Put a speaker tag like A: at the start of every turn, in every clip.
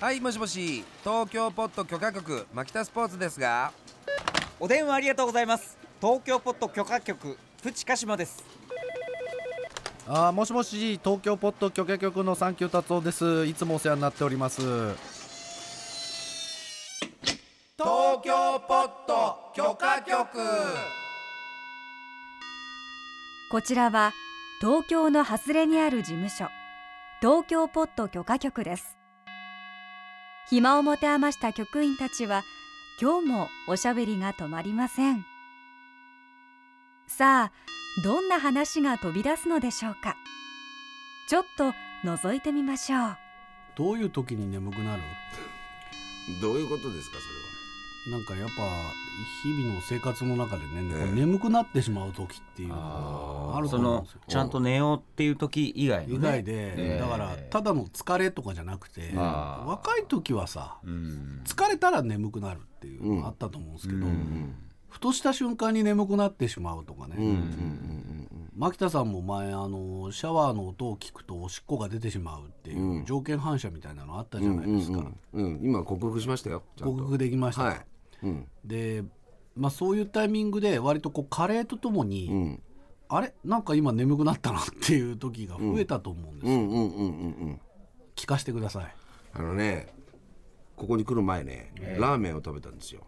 A: はいもしもし東京ポット許可局牧田スポーツですが
B: お電話ありがとうございます東京ポット許可局プチカシマです
C: あーもしもし東京ポッド許可局のサンキュー達夫ですいつもお世話になっております
A: 東京ポット許可局
D: こちらは東京の外れにある事務所東京ポット許可局です暇を持て余した局員たちは今日もおしゃべりが止まりませんさあどんな話が飛び出すのでしょうかちょっと覗いてみましょう
E: どういう時に眠くなる
F: どういうことですかそれは
E: なんかやっぱ日々の生活の中でね、
F: ええ
E: 眠くなってしまう時っていうのがあると
G: そ
E: 思うん
G: の
E: ですよ
G: ちゃんと寝ようっていう時以外のね
E: 以外で、
G: ええ
E: だからただの疲れとかじゃなくて、
G: あー
E: 若い時はさ
G: うん
E: 疲れたら眠くなるっていうのがあったと思うんですけど、ふとした瞬間に眠くなってしまうとかね、牧田さんも前あのシャワーの音を聞くとおしっこが出てしまうっていう条件反射みたいなのあったじゃないですか、
F: うんうん今克服しましたよちゃんと
E: 克服できました、
F: はいうん
E: で、まあ、そういうタイミングで割とこう加齢とともに、
F: うん
E: あれなんか今眠くなったなっていう時が増えたと思うんです、
F: うんうんうんうんうん
E: 聞かせてください
F: あのねここに来る前ね、ラーメンを食べたんですよ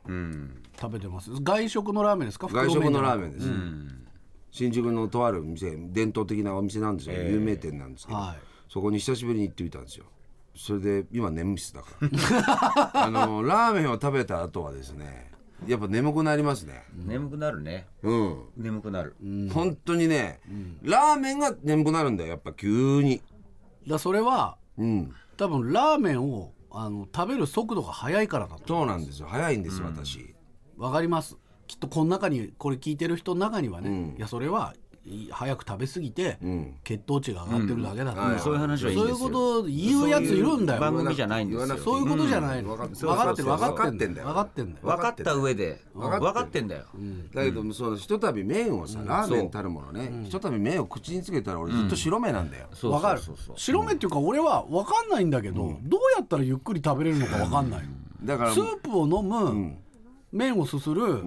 E: 食べてます外食のラーメンですか
F: 外食のラーメ
E: ン
F: ンです、新宿のとある店伝統的なお店なんですよ、有名店なんですけど、
E: はい
F: そこに久しぶりに行ってみたんですよそれで今眠いっすだから あのラーメンを食べた後はですねやっぱ眠くなりますね
G: 眠くなるね
F: うん、
G: 眠くなる
F: 本当にね、ラーメンが眠くなるんだよやっぱ急に
E: だからそれは
F: うん
E: 多分ラーメンをあの食べる速度が速いからだと
F: そうなんですよ早いんです、私
E: わかりますきっとこの中にこれ聞いてる人の中にはね、いやそれはい早く食べ過ぎて、血糖値が上がってるだけだと、
F: うんはい
G: そういう話はいいん
E: そう
G: で
E: いう
G: す
E: こ
G: よ
E: と言うやついるんだよ
G: 番組じゃないんですよ
E: そういうことじゃない
F: う
E: の、
F: ん
E: 分かってる分かってる
F: 分
E: 分
F: か
E: か
F: っ
E: ってて
F: んだよ
E: んだよ
G: 分かった上で
F: 分
G: 分
F: かってる
G: かってんだよ
F: だけども、そのひとたび麺をさ、ラーメンたるものね、ひとたび麺を口につけたら俺ずっと白目なんだよ、
G: そう
E: わかる
G: そうそうそう
E: 白目っていうか俺は分かんないんだけど、どうやったらゆっくり食べれるのか分かんない、
F: だから
E: スープを飲む、麺をすする、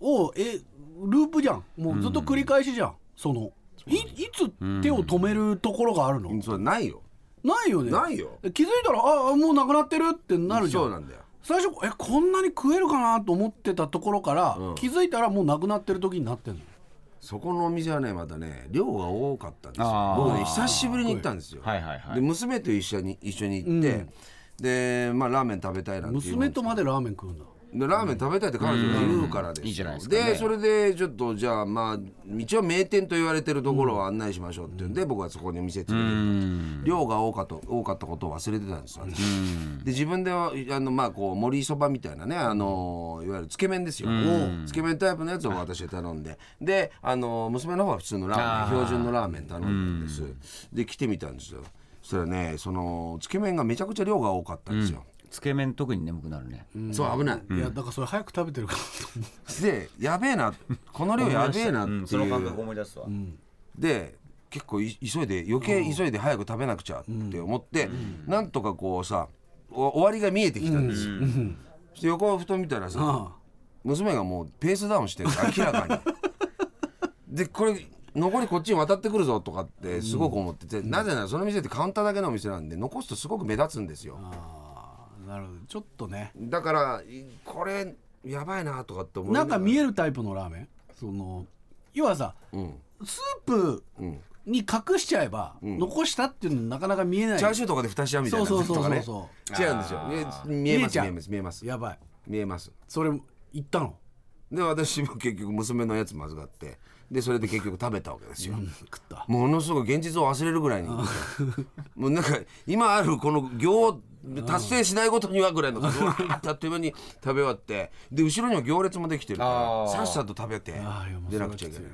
E: をえループじゃんもうずっと繰り返しじゃん、そのいいつ手を止めるところがあるの、
F: うんそれないよ
E: ないよね
F: ないよ
E: 気づいたらああもうなくなってるってなるじゃん
F: そうなんだよ
E: 最初えこんなに食えるかなと思ってたところから、気づいたらもうなくなってる時になってんの
F: そこのお店はねまたね量が多かったんですよ
G: あー
F: 僕ね久しぶりに行ったんですよ、
G: はいはいはい
F: で娘と一緒に一緒に行って、でまあラーメン食べたいなんていう
E: 娘とまでラーメン食うんだ
F: でラーメン食べたいって彼女が言うからですよ、
G: いいじゃないですかね
F: それでちょっとじゃあまあ一応名店と言われてるところを案内しましょうって言うんで、僕はそこに店つけて量が多かと多かったことを忘れてたんです私で自分ではあのまあこう盛りそばみたいなねあのいわゆるつけ麺ですよつけ麺タイプのやつを私は頼んでであの娘の方は普通のラーメン標準のラーメン頼んだんですで来てみたんですよそしたらねそのつけ麺がめちゃくちゃ量が多かったんですよ、
G: つけ麺特に眠くなるね
F: そう危ない、
E: いやだからそれ早く食べてるからと思う
F: でやべえなこの量やべえなっていう、
G: うんその感覚思い出すわ
F: で結構い急いで余計急いで早く食べなくちゃって思って、なんとかこうさお終わりが見えてきたんですよ、そして横をふと見たらさ、
E: あ
F: 娘がもうペースダウンしてる明らかにでこれ残りこっちに渡ってくるぞとかってすごく思ってて、なぜならその店ってカウンターだけのお店なんで残すとすごく目立つんですよ
E: あなるほどちょっとね
F: だからいこれやばいなとかって思い
E: な
F: なんが
E: から見えるタイプのラーメンその要はさ、スープに隠しちゃえば、残したっていうのなかなか見えない
F: チャーシューとかで蓋しちゃうみたいな
E: そうそうそうそう
F: とかね
E: そう
F: 違うんですよいや見えま
E: 見えち
F: す見
E: ゃう
F: えます見えます
E: やばい
F: 見えます
E: それ言ったの
F: で私も結局娘のやつまずがってでそれで結局食べたわけですよ
E: 食った
F: ものすごい現実を忘れるぐらいにもうなんか今あるこの行を達成しないことにはぐらいのうわーってあっという間に食べ終わってで後ろには行列もできてるからさっさと食べて
E: ーいやもう
F: 出なくちゃいけない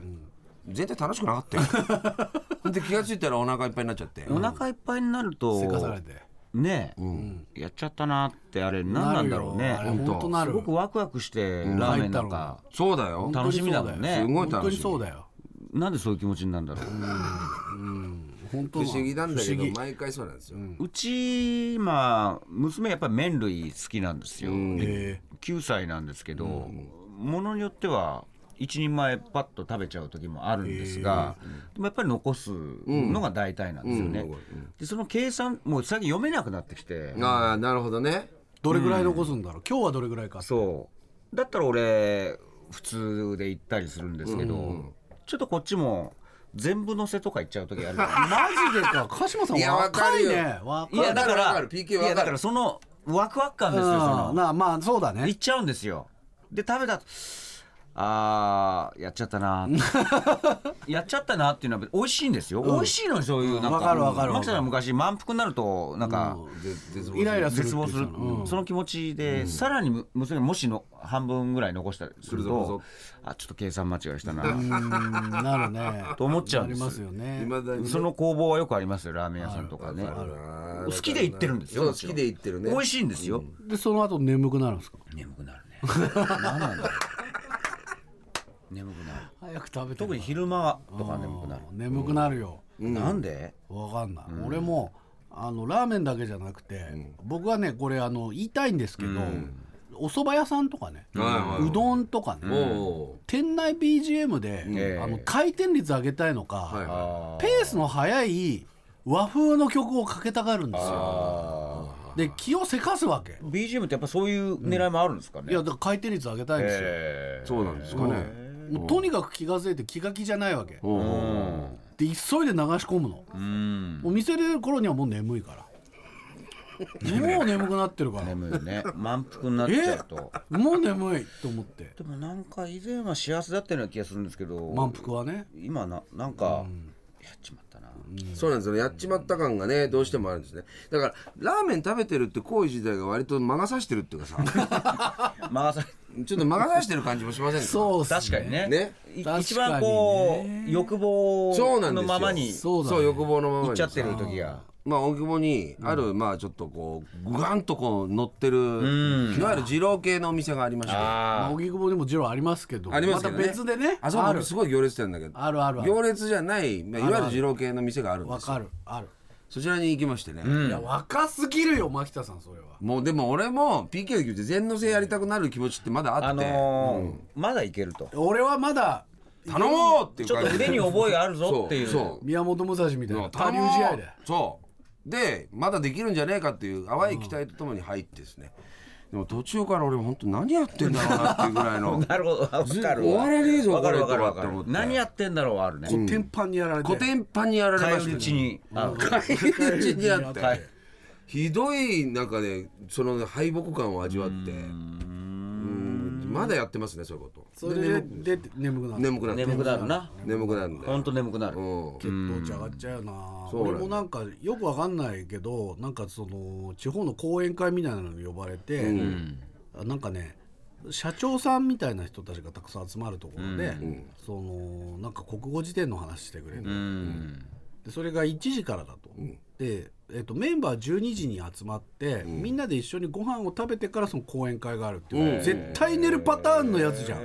F: 全然楽しくなかった よで気が付いたらお腹いっぱいになっちゃって
G: お腹いっぱいになると
E: せかされて
G: ねえやっちゃったなってあれ何なんだろ
E: な
G: うね
E: るよあれ本当な
G: す
E: る
G: ごくワクワクしてラーメンなんか
F: そうだよ
G: 楽しみだもん
E: 本当にそ
F: すごい楽しみ
E: うだ本当にそう
G: ね
E: だよ
G: なんでそういう気持ちになるんだろう
E: 本当
F: 不
E: な
F: 思議なんだけ
E: 不
F: ど
E: 思議
F: 毎回そうなんですよ、
G: うち今娘やっぱり麺類好きなんですよ、で9歳なんですけど、ものによっては一人前パッと食べちゃう時もあるんですが、でもやっぱり残すのが大体なんですよね、
F: うんうん
G: でその計算もう最近読めなくなってきて、
F: ああなるほどね
E: どれぐらい残すんだろう、今日はどれぐらいか
G: そうだったら俺普通で行ったりするんですけど、ちょっとこっちも全部乗せとか行っちゃう時あるから
E: マジでか鹿島さん
F: いやわか
E: 若
F: る
E: い
F: よ
E: ね若
G: い
E: い
G: やだか
F: わ
G: ら
F: かる PK わかる
G: いやだからそのワクワク感ですよその
E: うんなあまあそうだね
G: 行っちゃうんですよで食べた後あーやっちゃっ たなーやっちゃったなっていうのは美味しいんですよ、美味しいのにそういうなんか
E: わかるわかるわかる
G: マキさんは昔満腹になるとなんか、
E: イライラする
G: 絶望する、
E: うん
G: その気持ちで、さらにむ娘がもしの半分ぐらい残したりする
F: するぞする
G: と
F: ぞ
G: あちょっと計算間違いしたな
E: うんなる ね
G: と思っちゃう
E: なんり
G: です
E: ますよね
F: いまだに
G: その工房はよくありますよラーメン屋さんとかね
F: あー
G: 好きで行ってるんですよ
F: そう
G: もちろ
F: 好きで行ってるね
G: 美味しいんですよ、
E: でその後眠くなるんですか
G: 眠くなるね何なんだろう眠くなる
E: 早く食べて
G: 特に昼間はとか眠くなる、
E: 眠くなるよ
G: なんで
E: わかんない、俺もあのラーメンだけじゃなくて、僕はねこれあの言いたいんですけど、お蕎麦屋さんとかね、
F: はいはいはいう
E: どんとかね、
F: お
E: 店内 BGM で、
G: ええ
E: あの回転率上げたいのか、
F: ーはいは
E: ペースの速い和風の曲をかけたがるんですよで気をせかすわけ
G: BGM ってやっぱそういう狙いもあるんですかね、
E: いやだから回転率上げたいんですよ、
F: いそうなんですかね
E: もうとにかく気が付いて気が気じゃないわけで
F: おー
E: 急いで流し込むのお店出る頃にはもう眠いからもう眠くなってるから
G: 眠いよね満腹になっちゃうと
E: もう眠いと思って
G: でもなんか以前は幸せだったような気がするんですけど
E: 満腹はね
G: 今ななんか、やっちまったな、
F: そうなんですよねやっちまった感がねどうしてもあるんですねだからラーメン食べてるって行為自体が割と魔が差してるっていうかさ
G: まあさ
F: ちょっと魔が差してる感じもしませんか
E: そうっすね
G: 確かにね
F: ね
E: 確
G: い
E: かにね
G: 一番こう欲望
F: そうなんです
G: の
F: よ
G: ままに
E: そうだね
F: そう欲望のまま
G: 行
F: に
G: っちゃってる時が
F: まあ大久保にある、まあちょっとこうグガンとこう乗ってる、いわゆる二郎系のお店がありましてあ
E: まあ荻窪でもジローありますけど
F: りますけど
E: ま
F: ね
E: た別でね
F: あそこ
E: る
F: 僕すごい行列店なんだけど
E: あるあるある
F: 行列じゃない、まあ、いわゆる二郎系の店があるんで
E: わ
F: すよ
E: かるある
F: そちらに行きましてね、
E: いや若すぎるよ牧田さんそれは
F: もうでも俺も PK の気持ちで全能性やりたくなる気持ちってまだあって、
G: あのーまだいけると
E: 俺はまだ
F: 頼もうっていう
G: ちょっ
F: 感
G: と
F: じ
G: 腕に覚えがある
F: そ
G: ぞっていう
F: そ
E: 宮本武蔵みたいな他
F: 頼
E: 流
F: もう
E: 試合で
F: そうでまだできるんじゃねえかっていう淡い期待とともに入ってですね、でも途中から俺本当何やってんだろうなっていうぐらいの
G: なるほどわかる
F: 終わらねえぞ
G: わかるわかるわ
F: これとかって
G: か
F: 思っ
G: る
F: て
G: 何やってんだろうはあるね
E: 天板にやられて
F: 古典版にやられま
G: 返
F: し
G: り
F: た
G: 討ちにあ
F: 返り討ちにあっ
G: は
F: て
G: い
F: ひどい中でその敗北感を味わってうんまだやってますねそういうこ
E: そ
F: と
E: れ
F: で
E: で
F: 眠く
E: で眠くなる
F: 眠くなって
G: 眠くなるな
F: 眠くなるんだ
G: ほん
F: よ
G: と眠くなる
F: うん
E: 血糖値上がっちゃうよな
F: そうだ
E: 俺
F: よ
E: もなんかよくわかんないけどなんかその地方の講演会みたいなのに呼ばれて、なんかね社長さんみたいな人たちがたくさん集まるところで、そのなんか国語辞典の話してくれる、
G: うん
E: でそれが1時からだと、で、えっとメンバー12時に集まって、みんなで一緒にご飯を食べてからその講演会があるっていう、絶対寝るパターンのやつじゃん、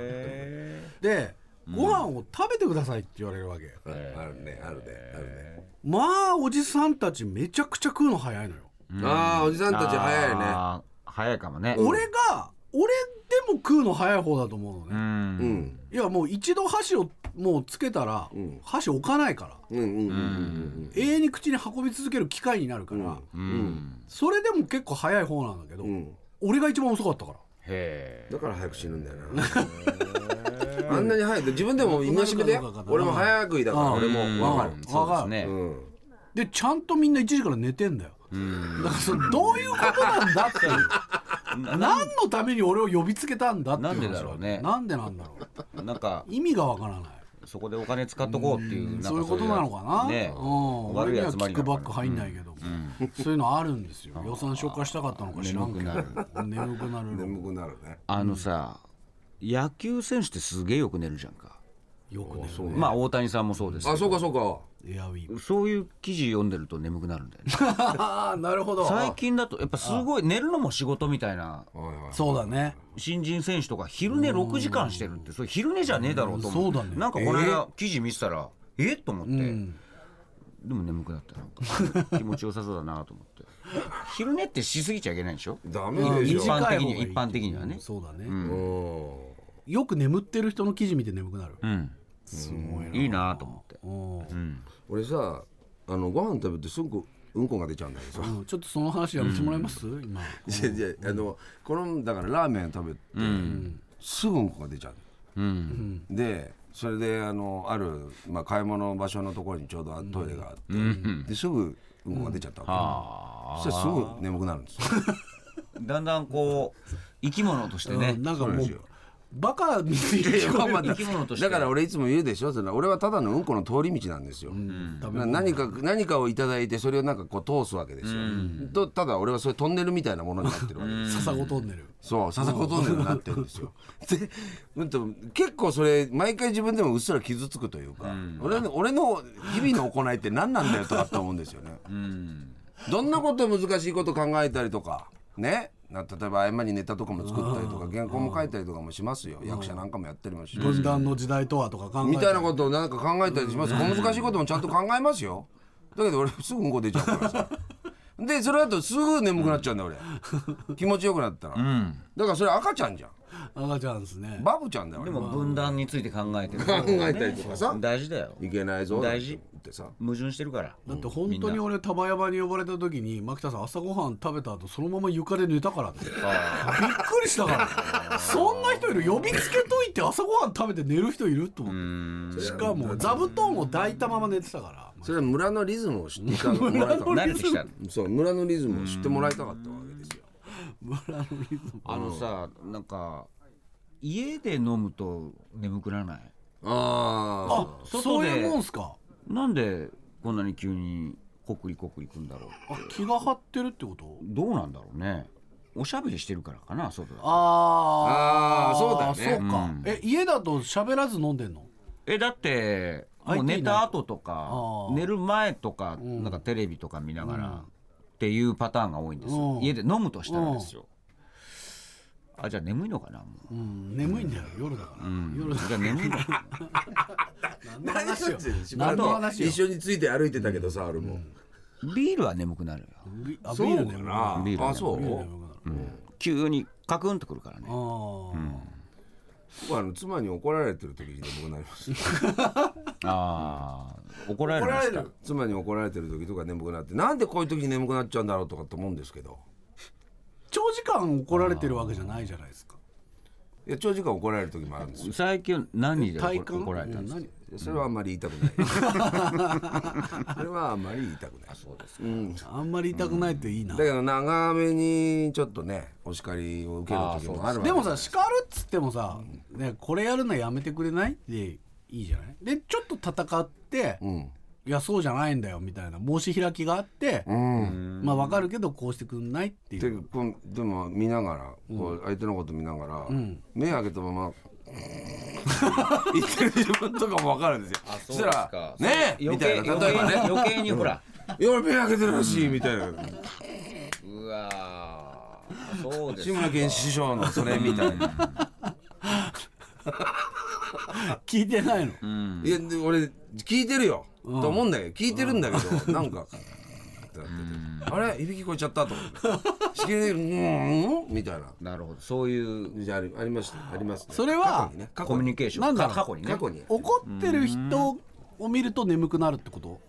E: でご飯を食べてくださいって言われるわけ、
F: あるねあるねあるね
E: まあおじさんたちめちゃくちゃ食うの早いのよ、
F: ああおじさんたち早いね
G: あー早いかもね
E: 俺が俺でも食うの早い方だと思うのね、
G: う
F: う
G: ん
F: ん
E: いやもう一度箸をもうつけたら、箸置かないから
F: うんうんうん
E: 永遠に口に運び続ける機会になるから、
G: うん
E: それでも結構早い方なんだけど、
F: うんうん
E: 俺が一番遅かったから
G: へえ
F: だから早く死ぬんだよ なあんなに早く自分でも戒めて
E: どうなるかどうかな
F: 俺も早食いだから俺も分かる
G: そうですね
F: うん
E: でちゃんとみんな1時から寝てんだよだからそのどういうことなんだっていう 何のために俺を呼びつけたんだっていう話
G: なんでだろうね
E: なんでなんだろう
G: なんか
E: 意味がわからない
G: そこでお金使っとこうっていうなんか
E: そういうことなのかな、
G: ね
E: うん、
G: 悪
E: 俺に
G: い
E: は
G: 集
E: キ
G: まり
E: ッ
G: な
E: ク
G: の
E: バッ
G: かな
E: ク入んないけど、そういうのあるんですよ予算消化したかったのか知らんけど
G: 眠
E: 眠くなる
F: 眠くなるね
G: あのさ野球選手ってすげえよく寝るじゃんか
E: よく寝
G: まあ大谷さんもそうですけ
F: あ
G: ど
F: そうかそうか
E: るエアウィーヴ
G: そういう記事読んでると眠くなるんだよね
E: ああ なるほど
G: 最近だとやっぱすごい寝るのも仕事みたいな
E: そうだね
G: 新人選手とか昼寝6時間してるってそれ昼寝じゃねえだろうと思
E: そうだね
G: なんかこの間記事見てたらえっと思ってでも眠くなったなん か気持ちよさそうだなと思って昼寝ってしすぎちゃいけないでしょ
F: ダ
E: うん
F: メでしょ
G: 一般
E: 短い方
G: 的に
E: がいいって
G: 一般的にはね
E: うんそうだね、
F: うん
E: よく眠ってる人の記事見て眠くなる、
G: うん
E: すごいない
G: いなと思って
E: うん
F: 俺さあのご飯食べてすぐうんこが出ちゃうんだけどさ
E: うんちょっとその話やめてもらえます、今
F: い やいやあのこのだからラーメン食べて、すぐうんこが出ちゃう
G: うん
F: でそれであのある、まあ、買い物場所のところにちょうどあトイレがあって、ですぐうんこが出ちゃったわけ、そしたらすぐ眠くなるんですよ
G: だんだんこう生き物としてね
E: うんなんかもうバカみたいに聞こえる
F: だ
G: 生き物として
F: だから俺いつも言うでしょそれ俺はただのうんこの通り道なんですよ、
E: 食べ
F: な
E: 物
F: 何か何かをいただいてそれをなんかこう通すわけですよ、とただ俺はそれトンネルみたいなものになってるわけです、
E: 笹子トンネル
F: そう笹子トンネルになってるんですよ で、うんと、結構それ毎回自分でもうっすら傷つくというか、俺の俺の日々の行いって何なんだよとかって思うんですよね、どんなこと難しいこと考えたりとかねな例えば合間にネタとかも作ったりとか原稿も書いたりとかもしますよ役者なんかもやってりもします
E: 分断の時代とはとか考え
F: み
E: て
F: たいなことをなんか考えたりします。小難しいこともちゃんと考えますよ。だけど俺すぐうんこ出ちゃうからさ。 でそれだとすぐ眠くなっちゃうんだよ俺。気持ちよくなったら。だからそれ赤ちゃんじゃん。
E: 赤ちゃんですね
F: バブちゃんだよ
G: で
F: 俺。
G: も分断について考えてる
F: 考えたりとかさ
G: 大事だよ
F: いけないぞ。
G: 大事
F: ってさ。
G: 矛盾してるから
E: だって本当に俺束山に呼ばれた時に牧田さん朝ごはん食べた後そのまま床で寝たからねびっくりしたからそんな人いる呼びつけといて朝ごはん食べて寝る人いると思ってしかも座布団を抱いたまま寝てたから
F: それは村のリズムを知ってかもらえたか
G: 慣
F: ら。
G: れてきたの
F: そう村のリズムを知ってもらいたかったわけですよ。
G: あのさなんか家で飲むと眠くならない
F: ああ。
E: そういうもんすか
G: なんでこんなに急にコクリコクリくんだろう
E: あ気が張ってるってこと
G: どうなんだろうねおしゃべりしてるからかな外だと
E: あ
F: あーそうだよね
E: そうか、え家だと喋らず飲んでんの
G: えだっても
E: IT
G: う寝た後とか
E: あー
G: 寝る前とかなんかテレビとか見ながらっていうパターンが多いんです
E: う
G: よ
E: ん
G: 家で飲むとしたらですよあじゃあ眠いのかなもう
E: うん眠いんだよ夜だから、夜だ
G: じゃあ眠い のか
E: 何
G: な
E: の話よ
F: あ
E: 何の
F: と
E: 話よ
F: 一緒について歩いてたけどさ俺も。
G: ビールは眠くなるよ
E: ビあビ
F: そ
E: ール
F: う
E: だ
F: か
E: よ
F: な
G: ビール。
F: あそう。
G: 急にカクンとくるからね
E: あ
F: 僕はあの妻に怒られてる時に眠くなります。
G: ああ怒られるんですか
F: 妻に怒られてる時とか眠くなってなんでこういう時に眠くなっちゃうんだろうとかと思うんですけど
E: 長時間怒られてるわけじゃないじゃないですか
F: いや長時間怒られる時もあるんですよ
G: 最近何で怒
E: 体感
G: 怒られたんですか
E: うん
F: それはあんまり言いたくないそれはあんまり言いたくないそうです、ん、だ
E: 何あんまり痛くないっていいな、
F: けど長めにちょっとねお叱りを受ける時もあるわけ
E: でもさ叱るっつってもさ、ね、これやるのやめてくれないでいいじゃないでちょっと戦って、
F: ん
E: いやそうじゃないんだよみたいな申し開きがあって、
F: うん
E: まあわかるけどこうしてくんないっていう
F: でこうでも見ながらこう相手のこと見ながら、目開けたまま言ってる自分とかも分かるんですよそしたら「ねえ!」みたいな例えばね
G: 余計にほら
F: 「いや俺目開けてるらしい」みたいな
G: うわーそうです
F: 志村けん師匠のそれみたいな。
E: 聞いてないの、
F: いやで俺聞いてるよ、と思うんだけど聞いてるんだけど、なんか。ってなっててあれいびき聞こえちゃったと思ってしきりに「うんうん?」みたいな
G: なるほどそういう
F: じゃあありありましたありますね
E: それ
F: 過去
E: は
F: にね過
G: コ
F: 去
G: ミュ
F: に
G: ニケーション
E: なんだろう
G: か過去にね
F: 過去に
E: 怒ってる人を見ると眠くなるってこと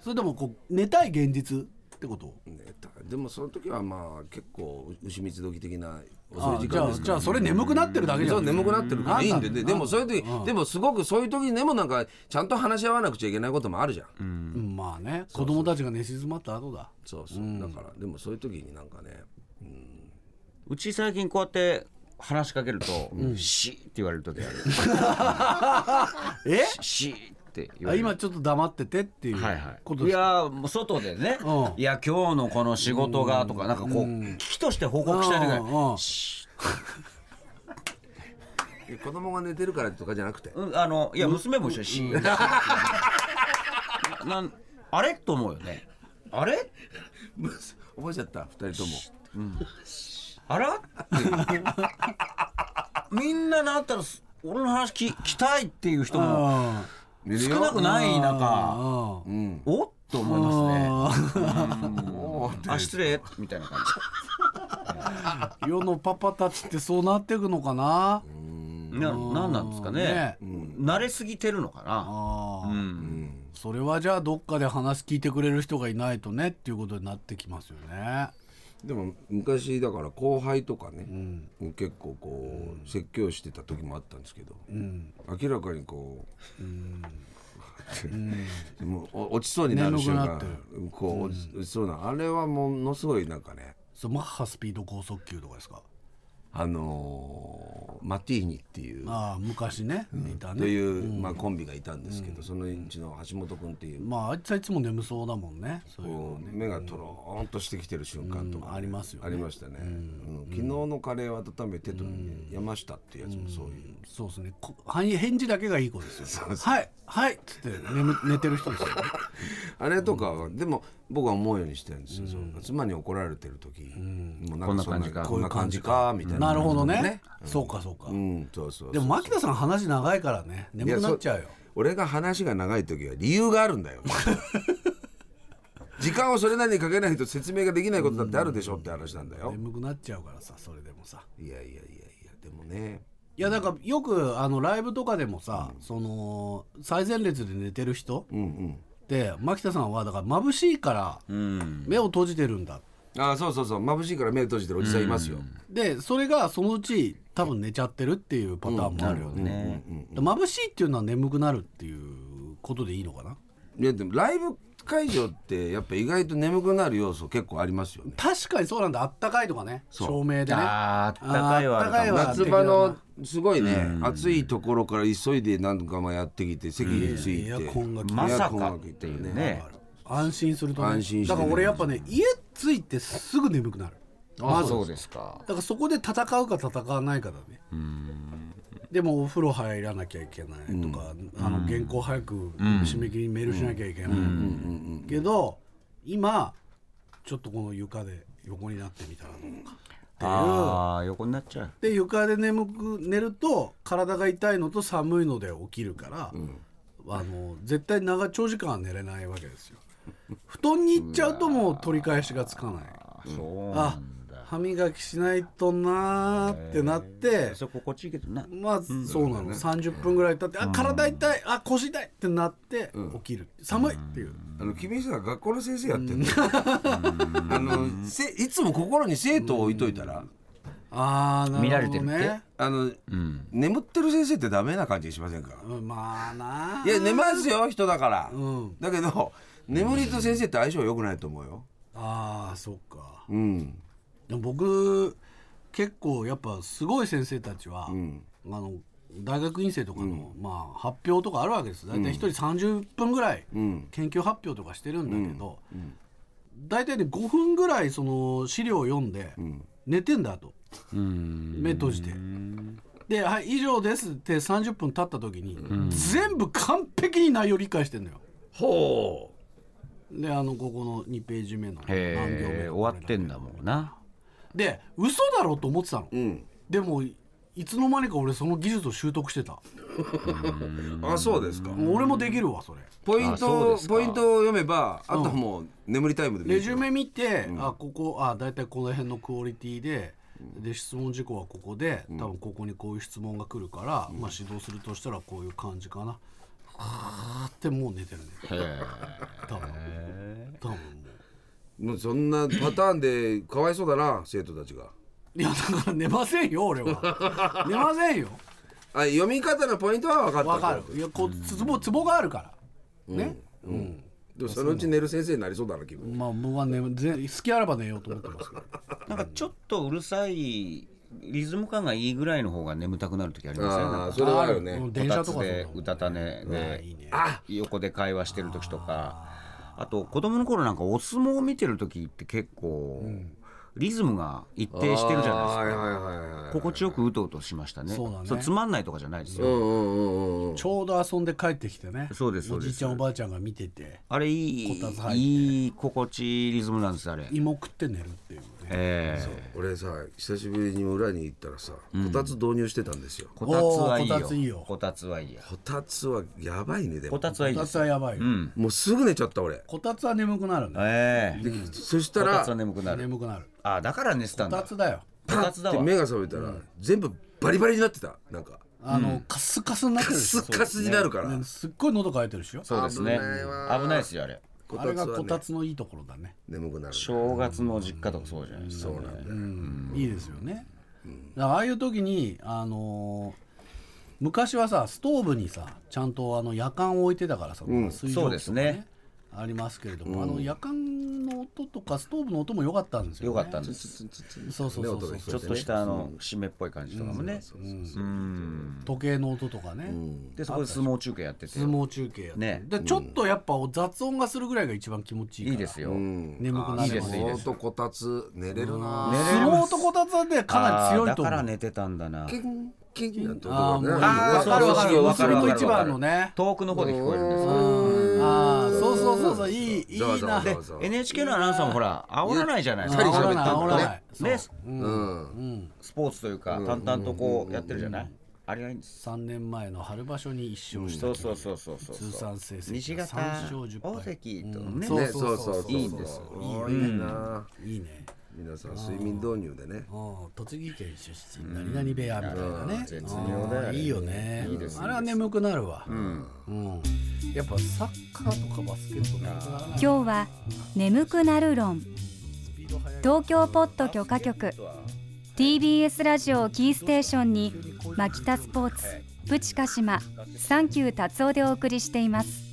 E: それともこう寝たい現実ってこと
F: ねでもその時はまあ結構牛蜜時的な遅
E: あ
F: い時
E: じゃ
F: 間
E: あ
F: ですか
E: じゃあそれ眠くなってるだけじゃ
F: そうん眠くなってるからいいんで
E: なんだ
F: ねでもそういう時でもすごくそういう時でもなんかちゃんと話し合わなくちゃいけないこともあるじゃん
E: うんまあね子供たちが寝静まった後だ
F: そうそう、だからでもそういう時になんかね
G: うち最近こうやって話しかけると「し」って言われる時あ る
E: え
G: 「し」って言わ
E: あ
G: れる
E: 今ちょっと黙っててっていう
G: はいは
E: こ
G: い
E: と
G: い
E: ですか、
G: やーもう外でね
E: う
G: 「いや今日のこの仕事が」とかなんかこう危機として報告したい時
E: うんうんう
G: が
E: ん
G: し
F: え子供が寝てるからとかじゃなくて
G: うんあのいや娘も一緒にし なんあれと思うよねあれ
F: 覚えちゃった二人とも
G: あらっていう みんななったらす俺の話き聞きたいっていう人も
E: あ
F: 寝るよ
G: 少なくない中
E: あ
F: うん
G: おっと思いま
E: あー
G: すねうんあ失礼みたいな感
E: 世のパパたちってそうなっていくのかな。
G: じななんなんですかね
E: ね
G: 慣れすぎてるのかな
E: ああ、
G: うん
E: それはじゃあどっかで話聞いてくれる人がいないとねっていうことになってきますよね。
F: でも昔だから後輩とかね、結構こう説教してた時もあったんですけど、明らかにこ う、でもお落ちそうになる瞬
E: 眠くな
F: 間
E: って
F: こう落ち落ちそうなあれはものすごいなんかね
E: そうマッハスピード高速球とかですか。
F: あのーマティーニっていう。
E: ああ昔ね、いた
F: とい
E: ね。
F: う、まあ、コンビがいたんですけど、そのうちの橋本君っていう、
E: まああいつはいつも眠そうだもんね。そういう
F: こう目がとろーんとしてきてる瞬間とかね、
E: うんありますよね
F: ありましたね、うん昨日のカレーを温めてと、ね山下っていうやつもそういう、
E: そうですね。こはい返事だけがいい子ですよ。はいはいっつって眠寝てる人ですよ。
F: あれとかは、でも僕は思うようにしてるんですよ、その妻に怒られてる時、もうなんかそんな
G: こんな感じか
F: こんな感じかみたいな
E: なるほどね。そうかそうか。
F: うんそうそうそう
E: でも牧田さん話長いからね眠くなっちゃうよ
F: いや。そ俺が話が長い時は理由があるんだよ 時間をそれなりにかけないと説明ができないことだってあるでしょって話なんだよ、
E: 眠くなっちゃうからさそれでもさ。
F: いやいやいやいやでもね
E: いやだからよくあのライブとかでもさ、その最前列で寝てる人
F: うんうん
E: で牧田さんはだから眩しいから目を閉じてるんだ、
F: あそうそうそう眩しいから目閉じてるおじさんいますよ、
E: でそれがそのうち多分寝ちゃってるっていうパターンもあるよね,、眩しいっていうのは眠くなるっていうことでいいのかない
F: やでもライブ会場ってやっぱ意外と眠くなる要素結構ありますよね
E: 確かにそうなんだあったかいとかね
F: そう
E: 照明でね
G: あーあったかいは
E: あっ
G: あるかも
E: たかいは
F: 夏場のすごいね暑いところから急いでなんかまあやってきて席について
E: エアコンが効いて
G: まさかっていうね
E: 安心するとね
F: 安心して
E: だから俺やっぱね家着いてすぐ眠くなる
G: あそうですか
E: だからそこで戦うか戦わないかだねでもお風呂入らなきゃいけないとか、あの原稿早く締め切りにメールしなきゃいけない、けど今ちょっとこの床で横になってみたらどうか
G: ああ横になっちゃう
E: で床で眠く寝ると体が痛いのと寒いので起きるから、あの絶対長長時間は寝れないわけですよ布団に行っちゃうともう取り返しがつかない
G: あそうな
E: あ
G: んだ
E: 歯磨きしないとなーってなって
G: そこ心地いいけどな
E: まあそうなの、30分ぐらい経ってあ体痛いあ腰痛いってなって起きる寒いっていう
F: あの君さ学校の先生やってんのあのせいつも心に生徒を置いといたら
E: ああなるほど、ね、
G: 見られてるって
F: あの眠ってる先生ってダメな感じしませんか
E: うんまあない
F: や寝ますよ人だから
E: ん
F: だけど眠りと先生って相性良くないと思うよ
E: ああそっか
F: うん
E: でも僕結構やっぱすごい先生たちは、あの大学院生とかの、まあ、発表とかあるわけです大体一人30分ぐらい
F: ん
E: 研究発表とかしてるんだけど、大体ね5分ぐらいその資料を読んで、寝てんだと目閉じて。で「はい以上です」って30分経った時に、全部完璧に内容理解してんのよ。
F: ほ
E: であのここの2ページ目の何行目
G: へえ
E: の
G: 終わってんだもんな
E: で嘘だろうと思ってたの、
F: ん
E: でもいいつの間にか俺その技術を習得してた
F: うあそうですか
E: もう俺もできるわそれ
F: ポイン
G: あそう
F: ト
G: で
F: を
G: すか
F: ポイントを読めばあとはもう眠りタイムで
E: レジュメ見て、あここあ大体この辺のクオリティでで質問事項はここで多分ここにこういう質問が来るから、まあ指導するとしたらこういう感じかなはあってもう寝てるね多分多分も
F: もうそんなパターンでかわいそうだな生徒たちが
E: ういやだから寝ませんよ俺は寝ませんよ
F: あ読み方のポイントは分かった
E: わかるいやこうツボツボがあるからね、
F: でもそのうち寝る先生になりそうだな気分
E: まあ僕はねぜ好きあらば寝ようと思ってますけど
G: なんかちょっとうるさいリズム感がいいぐらいの方が眠たくなる時ありますよねな
F: あ
G: ん
F: あ
G: か
F: それはあるよ
E: う
F: ね
E: ん
G: こ
E: 電車
G: た
E: と
G: つ
E: か
G: で
E: そう
G: う
E: だ
G: たた寝で
E: いいね
G: 横で会話してる時とかあと子供の頃なんかお相撲を見てる時って結構リズムが一定してるじゃないです
F: は
G: か
F: いはいはいはい
G: 心地よくうとうとしましたね
E: そうだね
G: うつまんないとかじゃないですよ、
F: うんうんうんうん
E: ちょうど遊んで帰ってきてね
G: そうですそうで
E: おじ
G: す
E: いちゃんおばあちゃんが見てて
G: あれいい
E: こたつ入って
G: いい心地いいリズムなんですあれ
E: 芋食って寝るっていう
G: ええ
F: 俺さ久しぶりに裏に行ったらさこたつ導入してたんですよ、
G: こたつはいい
E: おーこたついいよ
G: よこたつはいいや
F: こたつはやばいねで
G: こ
F: も
G: たつはいい
E: こ
G: で
E: た
G: す
E: つはやばいよ、
G: うん
F: もうすぐ寝ちゃった俺
E: こたつは眠くなるね
G: ええ
F: でそした
G: こた
F: ら
G: つは眠くなる
E: 眠くなる
G: あだから寝てた
E: こ
G: ん
E: た
G: だ
E: つだよ
G: こたつだ
F: で
G: わ
F: 目が覚めたら全部バリバリになってたなんか
E: あの、カスカスになって
F: カ
E: るでし
F: ス
E: ょ
F: カスになるから、
E: ねすっごい喉乾いてるでしょ
G: そうですね
F: 危ないわ
G: 危ないですよあれ
F: こ
E: あ
F: た
E: れ
F: つは、
E: が
F: ね、
E: こたつのいいところだね
F: 眠くなる
G: 正月の実家とかそうじゃないですか
F: そうなんだよ、
E: いいですよね、だからああいう時にあのー昔はさストーブにさちゃんとあの夜間を置いてたからさ、水蒸気とか
G: そうですね
E: ありますけれども、あの夜間の音とかストーブの音も良かったんですよ、
G: よ
E: ね、
G: かったんです
E: そうそうそうそう、
G: ちょっとしたあの湿っぽい感じとかもねうん
E: 時計の音とかね、
G: でそこで相撲中継やってて
E: 相撲中継やって、
G: ね
E: でちょっとやっぱ雑音がするぐらいが一番気持ちいいから
G: いいですよ
E: 眠くな
G: あいい
E: る
G: ですね
F: 相当こたつ寝れるな
G: 寝れ
E: 相
G: る
E: 撲とこたつはねかなり強いと思う
G: あーだから寝てたんだな
F: キンキンなんて音
E: ああ、もう、
F: がね
E: わ
G: あー
E: かるわかる、わ
G: わ
E: か
G: か
E: る
G: るわかるわかる
E: の一番のね。
G: 遠くの方で聞こえるんですよ
E: ああ、そうそうそうそう、いい、いい
F: ざわざわ
E: な。
F: ざ
E: で
F: わざわ
G: NHK のアナウンサーもほら煽らないじゃないです
F: ゆ
G: か
F: っ
E: 煽
F: た
E: ら
F: り喋
E: ない、煽らない。
G: ね
F: うん
G: スポーツというか淡々とこうやってるじゃないあれがいいんです
E: 三年前の春場所に一勝した。
G: そうそうそうそうそう
E: 通算成績
G: 西
E: 三
G: 方
E: 勝十敗
G: 大関とね
E: そう
F: ねそうそうそう
G: いいんです
F: おーいいな、
E: いいね。
F: 皆さん睡眠導入でね
E: うん、栃木県出身、何々部屋みたいなね。
G: 絶妙だ
E: う
G: よね
E: んいいよね。あれは眠くなるわ。うん。やっぱサッカーとかバスケットとか。
D: 今日は眠くなる論東京ポット許可局 TBS ラジオをキーステーションに牧田スポーツプチカ島サンキュー達夫でお送りしています